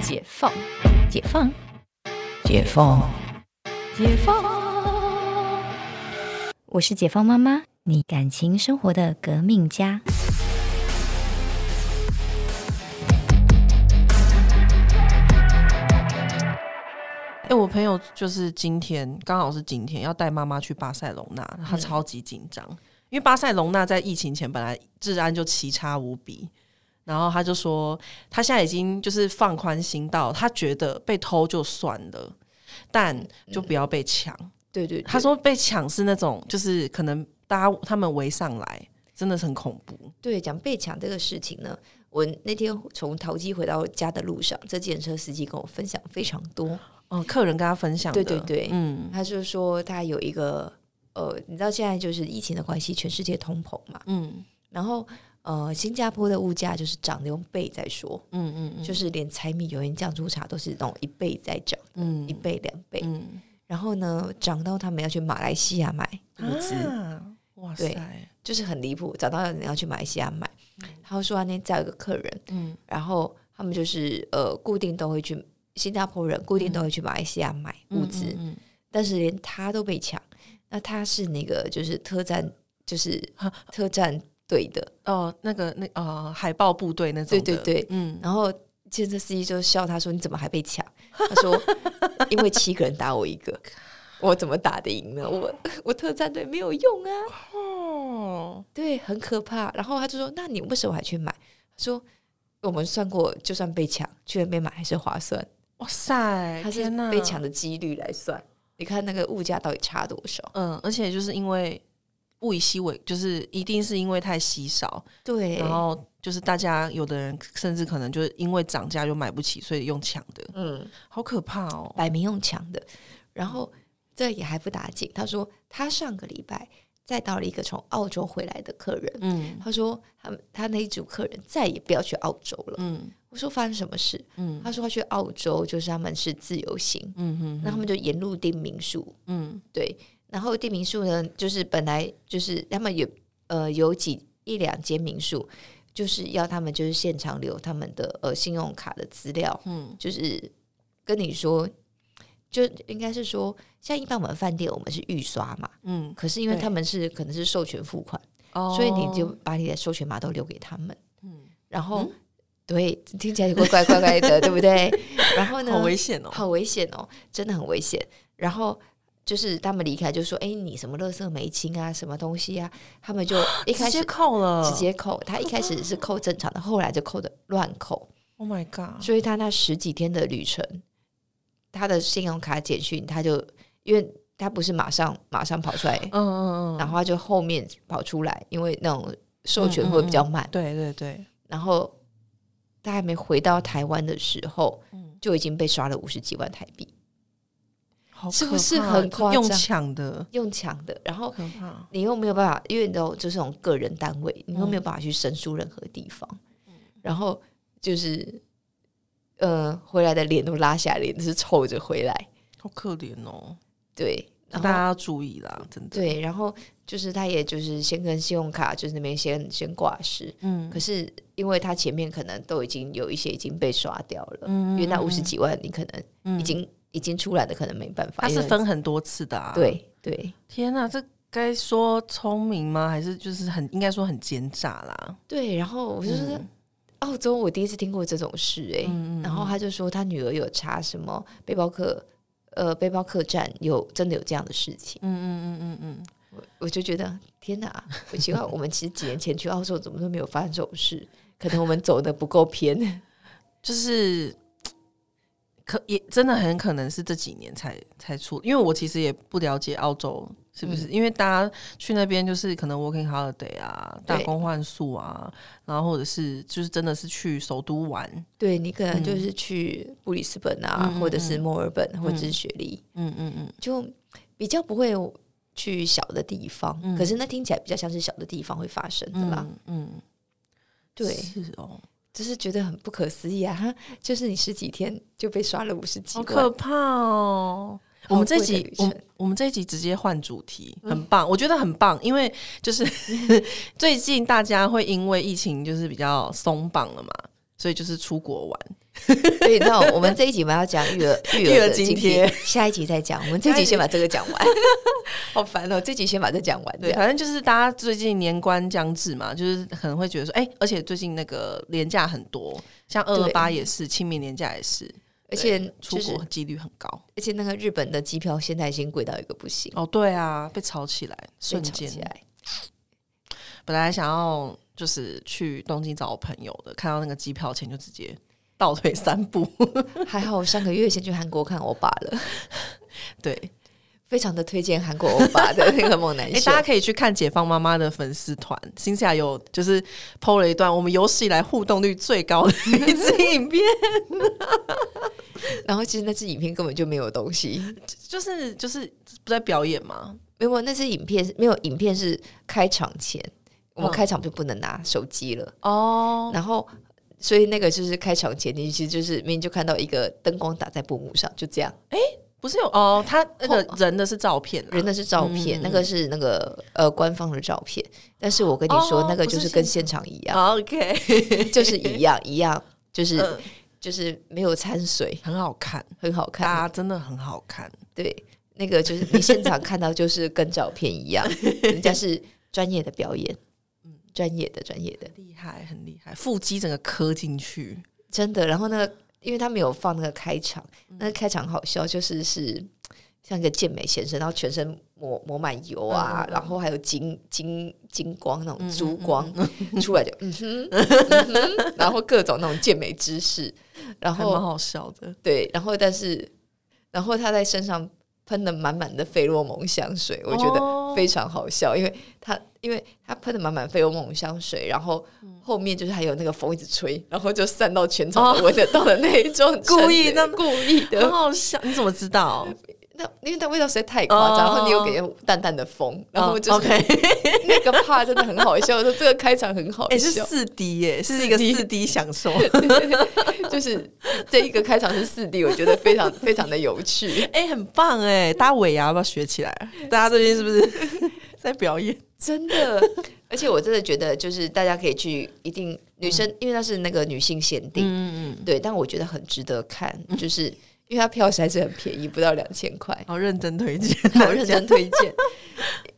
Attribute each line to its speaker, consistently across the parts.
Speaker 1: 解放，解放，解放，解放。
Speaker 2: 我是解放妈妈，你感情生活的革命家。
Speaker 3: 哎、我朋友就是今天刚好是今天要带妈妈去巴塞隆纳，
Speaker 1: 嗯
Speaker 3: 她超级紧张，因为巴塞隆纳在疫情前本来治安就奇差无比，然后她就说她现在已经就是放宽心到，她觉得被偷就算了，但就不要被抢。
Speaker 1: 对对，
Speaker 3: 她说被抢是那种就是可能大家他们围上来，真的是很恐怖。
Speaker 1: 对，讲被抢这个事情呢，我那天从陶机回到家的路上，这计程车司机跟我分享非常多。
Speaker 3: 嗯，客人跟她分享的，
Speaker 1: 对对对
Speaker 3: 嗯
Speaker 1: 他就说他有一个呃，你知道现在就是疫情的关系，全世界通膨嘛，
Speaker 3: 嗯
Speaker 1: 然后呃，新加坡的物价就是涨的用倍在说，
Speaker 3: 嗯嗯嗯，
Speaker 1: 就是连柴米油盐酱醋茶都是那种一倍在涨，
Speaker 3: 嗯
Speaker 1: 一倍两倍。
Speaker 3: 嗯
Speaker 1: 然后呢，涨到他们要去马来西亚买物资，
Speaker 3: 啊，哇
Speaker 1: 对
Speaker 3: 塞，
Speaker 1: 就是很离谱。涨到你要去马来西亚买，他说他那天载有一个客人，
Speaker 3: 嗯
Speaker 1: 然后他们就是呃固定都会去新加坡人固定都会去马来西亚买物资，
Speaker 3: 嗯嗯嗯
Speaker 1: 但是连他都被抢。那他是那个就是特战，就是特战队的，
Speaker 3: 哦，那个那呃海豹部队那种
Speaker 1: 对
Speaker 3: 的，
Speaker 1: 对对。
Speaker 3: 嗯，
Speaker 1: 然后建设司机就笑他说：“你怎么还被抢？”他 说：“因为七个人打我一个，我怎么打得赢呢？我 我特战队没有用啊。”
Speaker 3: 哦，
Speaker 1: 对，很可怕。然后他就说：“那你为什么还去买？”他说：“我们算过，就算被抢，去那边买还是划算。
Speaker 3: 哇塞，
Speaker 1: 他是
Speaker 3: 天哪
Speaker 1: 被抢，的几率来算，你看那个物价到底差多少？
Speaker 3: 嗯，而且就是因为物以稀为，就是一定是因为太稀少，
Speaker 1: 对，
Speaker 3: 然后就是大家有的人甚至可能就是因为涨价就买不起，所以用抢的，
Speaker 1: 嗯，
Speaker 3: 好可怕哦，
Speaker 1: 摆明用抢的。然后这也还不打紧，他说他上个礼拜再到了一个从澳洲回来的客人，
Speaker 3: 嗯
Speaker 1: 他说他们他那一组客人再也不要去澳洲了。
Speaker 3: 嗯
Speaker 1: 我说发生什么事？
Speaker 3: 嗯
Speaker 1: 他说他去澳洲，就是他们是自由行，
Speaker 3: 嗯嗯
Speaker 1: 那他们就沿路订民宿，
Speaker 3: 嗯
Speaker 1: 对，然后地民宿呢，就是本来就是他们有呃有几一两间民宿，就是要他们就是现场留他们的呃信用卡的资料，
Speaker 3: 嗯
Speaker 1: 就是跟你说，就应该是说，像一般我们饭店我们是预刷嘛，
Speaker 3: 嗯，
Speaker 1: 可是因为
Speaker 3: 对
Speaker 1: 他们是可能是授权付款，
Speaker 3: 哦
Speaker 1: 所以你就把你的授权码都留给他们，
Speaker 3: 嗯
Speaker 1: 然后、对听起来就怪怪怪怪的，对不 对？然后呢，
Speaker 3: 好危险哦，
Speaker 1: 好危险哦，真的很危险。然后就是他们离开就说：“哎，你什么垃圾没清啊，什么东西啊？”他们就一
Speaker 3: 直
Speaker 1: 开始
Speaker 3: 接扣了，
Speaker 1: 直接扣，他一开始是扣正常的，后来就扣的乱扣，
Speaker 3: ，Oh my god，
Speaker 1: 所以他那十几天的旅程，他的信用卡简讯，他就因为他不是马上马上跑出来，
Speaker 3: 嗯嗯嗯，
Speaker 1: 然
Speaker 3: 后
Speaker 1: 后他就后面跑出来，因为那种授
Speaker 3: 嗯
Speaker 1: 权会比较慢，
Speaker 3: 对对对，
Speaker 1: 然后。他还没回到台湾的时候，
Speaker 3: 嗯。
Speaker 1: 就已经被刷了五十几万台币，
Speaker 3: 好
Speaker 1: 是不
Speaker 3: 可
Speaker 1: 是
Speaker 3: 怕欸
Speaker 1: 很夸
Speaker 3: 用
Speaker 1: 张
Speaker 3: 抢的？
Speaker 1: 用抢的。然后
Speaker 3: 可怕，
Speaker 1: 你又没有办法，因为你都就是那种个人单位，你又没有办法去申诉任何地方。
Speaker 3: 嗯
Speaker 1: 然后就是，呃，回来的脸都拉下来，脸是臭着回来。
Speaker 3: 好可怜哦！
Speaker 1: 对，
Speaker 3: 大
Speaker 1: 然
Speaker 3: 家
Speaker 1: 后
Speaker 3: 要注意啦，真的。，
Speaker 1: 对，然后就是他也就是先跟信用卡就是那边先先挂失，
Speaker 3: 嗯
Speaker 1: 可是因为他前面可能都已经有一些已经被刷掉了，
Speaker 3: 嗯
Speaker 1: 因为那五十几万你可能
Speaker 3: 嗯
Speaker 1: 已经、已经出来的，可能没办法。
Speaker 3: 他
Speaker 1: 因
Speaker 3: 是
Speaker 1: 为
Speaker 3: 分很多次的啊。，
Speaker 1: 对对
Speaker 3: 天哪、这该说聪明吗？还是就是很应该说很奸诈啦？
Speaker 1: 对，然后我就说。
Speaker 3: 嗯
Speaker 1: 澳洲我第一次听过这种事哎、
Speaker 3: 嗯嗯
Speaker 1: 然后他就说他女儿有查什么背包客，呃，背包客栈有真的有这样的事情，
Speaker 3: 嗯嗯嗯嗯
Speaker 1: 我我就觉得天哪， 我奇怪，我们其实几年前去澳洲怎么都没有发生这种事，可能我们走的不够偏，
Speaker 3: 嗯，就是可也真的很可能是这几年才才出，因为我其实也不了解澳洲是不是，
Speaker 1: 嗯
Speaker 3: 因为大家去那边就是可能 working holiday 啊，
Speaker 1: 对
Speaker 3: 打工换宿啊，然后或者是就是真的是去首都玩，
Speaker 1: 对你可能就是去布里斯本啊，
Speaker 3: 嗯嗯
Speaker 1: 或者是
Speaker 3: 嗯
Speaker 1: 墨尔本，或者是雪梨，
Speaker 3: 嗯嗯嗯，
Speaker 1: 就比较不会去小的地方，
Speaker 3: 嗯
Speaker 1: 可是那听起来比较像是小的地方会发生的啦，
Speaker 3: 嗯，嗯
Speaker 1: 对。
Speaker 3: 是哦，
Speaker 1: 就是觉得很不可思议啊！哈就是你十几天就被刷了五十几
Speaker 3: 好
Speaker 1: 万，
Speaker 3: 可怕哦。
Speaker 1: 好
Speaker 3: 我们这
Speaker 1: 贵的
Speaker 3: 集
Speaker 1: 旅，
Speaker 3: 我
Speaker 1: 程嗯
Speaker 3: 们我们这一集直接换主题，很棒，我觉得很棒，因为就是 最近大家会因为疫情就是比较松绑了嘛，所以就是出国玩，
Speaker 1: 所以，那我们这一集我们要讲育儿育
Speaker 3: 育
Speaker 1: 儿
Speaker 3: 儿
Speaker 1: 的
Speaker 3: 津
Speaker 1: 津
Speaker 3: 贴
Speaker 1: 贴，下一集再讲。我们这集先把这个讲完， 好烦哦！这集先把这讲完，这
Speaker 3: 对，
Speaker 1: 样
Speaker 3: 反正就是大家最近年关将至嘛，就是可能会觉得说，哎、而且最近那个廉价很多，像二二八也是，清明廉价也是，
Speaker 1: 而且
Speaker 3: 出
Speaker 1: 就是
Speaker 3: 国几率很高。
Speaker 1: 而且那个日本的机票现在已经贵到一个不行，
Speaker 3: 哦，对啊，被炒起来，
Speaker 1: 被
Speaker 3: 瞬
Speaker 1: 吵
Speaker 3: 间
Speaker 1: 起。来。
Speaker 3: 本来想要就是去东京找我朋友的，看到那个机票钱就直接倒退三步。
Speaker 1: 还好我上个月先去韩国看欧巴了，
Speaker 3: 对，
Speaker 1: 非常的推荐韩国欧巴的那个猛男
Speaker 3: 哎、
Speaker 1: 秀
Speaker 3: 大。家可以去看解放妈妈的粉丝团，新西亚有就是 PO 了一段我们有史以来互动率最高的一支影片，
Speaker 1: 然后其实那支影片根本就没有东西，
Speaker 3: 就是就是不在表演嘛，
Speaker 1: 没有那支影片是没有影片是开场前，我们
Speaker 3: 嗯
Speaker 1: 开场就不能拿手机了。
Speaker 3: 哦，
Speaker 1: 然后所以那个就是开场前，你其实就是明明就看到一个灯光打在布幕上，就这样。
Speaker 3: 不是有哦，他那个人的是照片啦，啊
Speaker 1: 人的是照片，
Speaker 3: 嗯
Speaker 1: 那个是那个呃官方的照片，但是我跟你说，
Speaker 3: 哦
Speaker 1: 那个就是跟
Speaker 3: 不是
Speaker 1: 现场一样，
Speaker 3: 哦 OK，
Speaker 1: 就是一样一样，就是、
Speaker 3: 嗯
Speaker 1: 就是没有掺水，
Speaker 3: 很好看，
Speaker 1: 很好
Speaker 3: 大
Speaker 1: 看。
Speaker 3: 家真的很好看，
Speaker 1: 对，那个就是你现场看到就是跟照片 一样，人家是专业的表演，嗯，专业的专业的，
Speaker 3: 厉害，很厉害，腹肌整个磕进去，
Speaker 1: 真的。然后那个，因为他没有放那个开场，那个开场好笑，就是是像一个健美先生，然后全身抹抹满油啊，
Speaker 3: 嗯嗯嗯
Speaker 1: 然后还有金金金光那种珠光、出来就嗯哼嗯哼，然后各种那种健美姿势，然
Speaker 3: 还蛮
Speaker 1: 后
Speaker 3: 好笑的。
Speaker 1: 对，然后但是然后他在身上喷了满满的费洛蒙香水，我觉得
Speaker 3: 哦
Speaker 1: 非常好笑，因为他因为他喷的满满费洛蒙香水，然后
Speaker 3: 嗯
Speaker 1: 后面就是还有那个风一直吹，然后就散到全场都闻得到的那一种程度，
Speaker 3: 哦 故意哦的
Speaker 1: 故意
Speaker 3: 很
Speaker 1: 的。
Speaker 3: 好笑，你怎么知道？
Speaker 1: 那因为它味道实在太夸张，然后你又给人淡淡的风，然后就
Speaker 3: 哦
Speaker 1: 是
Speaker 3: OK，
Speaker 1: 那个怕真的很好笑，我说这个开场很好
Speaker 3: 哎、是
Speaker 1: 笑，
Speaker 3: 四 D 耶，是一个四 D 享受。
Speaker 1: 就是这一个开场是四 D，我觉得非常非常的有趣，
Speaker 3: 哎、很棒哎！大家尾牙要不要学起来？啊大家最近是不是 在表演？
Speaker 1: 真的。而且我真的觉得，就是大家可以去一定女生，因为它是那个女性限定，
Speaker 3: 嗯嗯，
Speaker 1: 对，但我觉得很值得看，就是因为它票实在是很便宜，不到两千 块，
Speaker 3: 好认真推荐，
Speaker 1: 好认真推荐。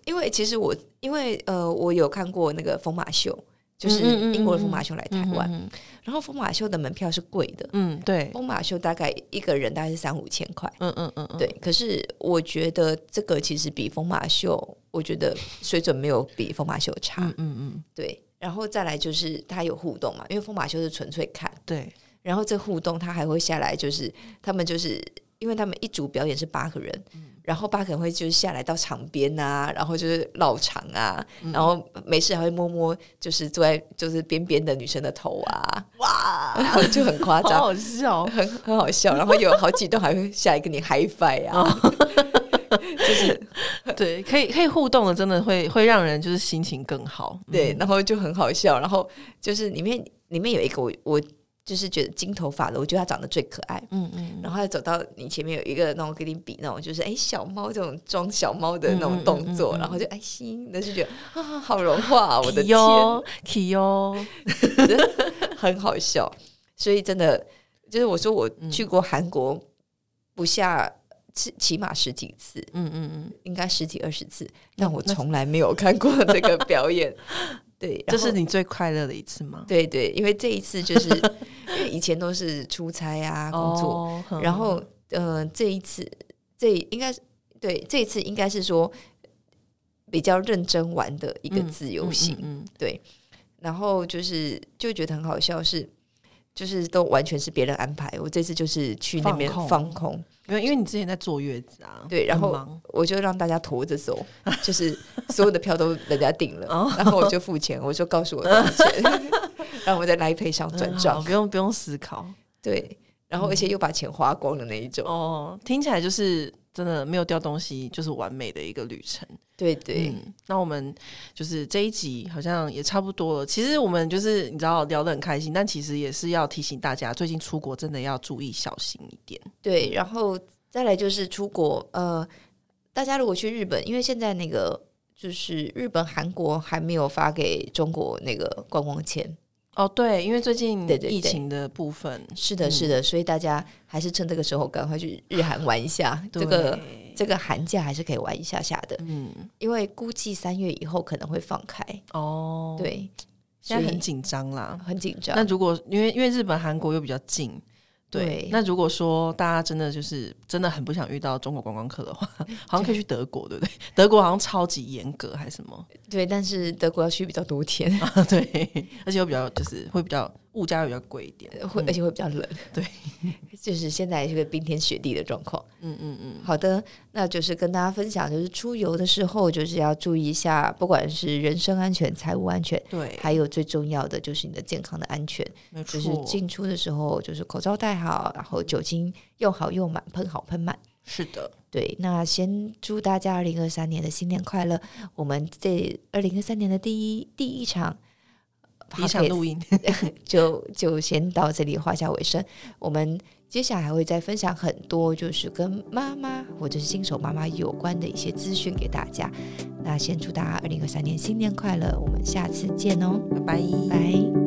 Speaker 1: 因为其实我因为呃，我有看过那个疯马秀，就是
Speaker 3: 嗯嗯嗯嗯
Speaker 1: 英国的疯马秀来台
Speaker 3: 嗯
Speaker 1: 湾，
Speaker 3: 嗯
Speaker 1: 然后疯马秀的门票是贵的，
Speaker 3: 嗯，对，
Speaker 1: 疯马秀大概一个人大概是三五千块。
Speaker 3: 嗯嗯嗯，嗯，
Speaker 1: 对，可是我觉得这个其实比疯马秀，我觉得水准没有比疯马秀差。
Speaker 3: 嗯嗯嗯，
Speaker 1: 对，然后再来就是它有互动嘛，因为疯马秀是纯粹看，
Speaker 3: 对，
Speaker 1: 然后这互动它还会下来，就是他们就是因为他们一组表演是八个人，然后八个人会就是下来到场边啊，然后就是绕场啊，然后没事还会摸摸就是坐在就是边边的女生的头啊，哇，然后就很夸
Speaker 3: 好
Speaker 1: 张，
Speaker 3: 好笑。
Speaker 1: 很很好笑，然后有好几段还会下来跟你嗨翻啊，
Speaker 3: 对，可以可以互动的，真的会会让人就是心情更好。嗯
Speaker 1: 对，然后就很好笑，然后就是里面里面有一个我我就是觉得金头发的，我觉得他长得最可爱，
Speaker 3: 嗯，嗯嗯，
Speaker 1: 然后他走到你前面有一个那种跟你比那种，就是哎、小猫这种装小猫的那种动
Speaker 3: 嗯
Speaker 1: 作，然后就哎心，那就觉得啊好融化、啊，我的天，
Speaker 3: 哟，K 哟，哎
Speaker 1: 很好笑。所以真的就是我说我去过韩国不下起起码十几次，
Speaker 3: 嗯嗯嗯，
Speaker 1: 应该十几二十次，但我从来没有看过这个 表演。对，
Speaker 3: 这
Speaker 1: 然后
Speaker 3: 是你最快乐的一次吗？
Speaker 1: 对对，因为这一次就是因为以前都是出差 啊工作，
Speaker 3: 哦，嗯
Speaker 1: 然后呃，这一次这应该是对这一次应该是说比较认真玩的一个自由行，
Speaker 3: 嗯嗯
Speaker 1: 然后就是就觉得很好笑是。就是都完全是别人安排，我这次就是去那
Speaker 3: 放
Speaker 1: 边
Speaker 3: 空
Speaker 1: 放空，
Speaker 3: 没有，因为你之前在坐月子啊，
Speaker 1: 对然后
Speaker 3: 很忙
Speaker 1: 我就让大家驮 着走，就是所有的票都人家订了，
Speaker 3: 哦
Speaker 1: 然后我就付钱，我就告诉我多 少钱，然后我在来赔上转
Speaker 3: 嗯好
Speaker 1: 账，
Speaker 3: 不用不用思考
Speaker 1: 对，然后而且又把钱花光的那一种，
Speaker 3: 哦。听起来就是真的没有掉东西，就是完美的一个旅程。
Speaker 1: 对对，
Speaker 3: 嗯，那我们就是这一集好像也差不多了。其实我们就是你知道聊得很开心，但其实也是要提醒大家，最近出国真的要注意小心一点。
Speaker 1: 对，然后再来就是出国，呃，大家如果去日本，因为现在那个就是日本、韩国还没有发给中国那个观光签，
Speaker 3: 哦，对，因为最近
Speaker 1: 对对对
Speaker 3: 疫情的部分，
Speaker 1: 是的，是的，所以大家还是趁这个时候赶快去日韩玩一下。这个
Speaker 3: 对
Speaker 1: 这个寒假还是可以玩一下下的，
Speaker 3: 嗯，
Speaker 1: 因为估计三月以后可能会放开，
Speaker 3: 哦，，
Speaker 1: 对，
Speaker 3: 现在
Speaker 1: 所以
Speaker 3: 很紧张啦。
Speaker 1: 很紧张
Speaker 3: 那。如果因为因为日本、韩国又比较近，对，
Speaker 1: 对
Speaker 3: 那如果说大家真的就是真的很不想遇到中国观光客的 话，好像可以去德国，对不对？ 德国好像超级严格还是什 么？
Speaker 1: 对，但是德国要去比较多天，
Speaker 3: 对，而且又比较就是会比较物价又比较贵一点，
Speaker 1: 会而且会比较冷。
Speaker 3: 嗯对，
Speaker 1: 就是现在是个冰天雪地的状况。
Speaker 3: 嗯嗯嗯，
Speaker 1: 好的，那就是跟大家分享，就是出游的时候就是要注意一下，不管是人身安全、财务安全，
Speaker 3: 对，
Speaker 1: 还有最重要的就是你的健康的安全。
Speaker 3: 没
Speaker 1: 就
Speaker 3: 错，
Speaker 1: 是进出的时候，就是口罩戴好，然后酒精用好用满，喷好喷满。
Speaker 3: 是的，
Speaker 1: 对，那先祝大家二零二三年的新年快乐！我们这二零二三年的第一第一场
Speaker 3: 第一场
Speaker 1: podcast
Speaker 3: 录音，
Speaker 1: 就就先到这里画下尾声。我们接下来还会再分享很多，就是跟妈妈或者是新手妈妈有关的一些资讯给大家。那先祝大家二零二三年新年快乐，我们下次见哦，
Speaker 3: 拜拜。
Speaker 1: 拜。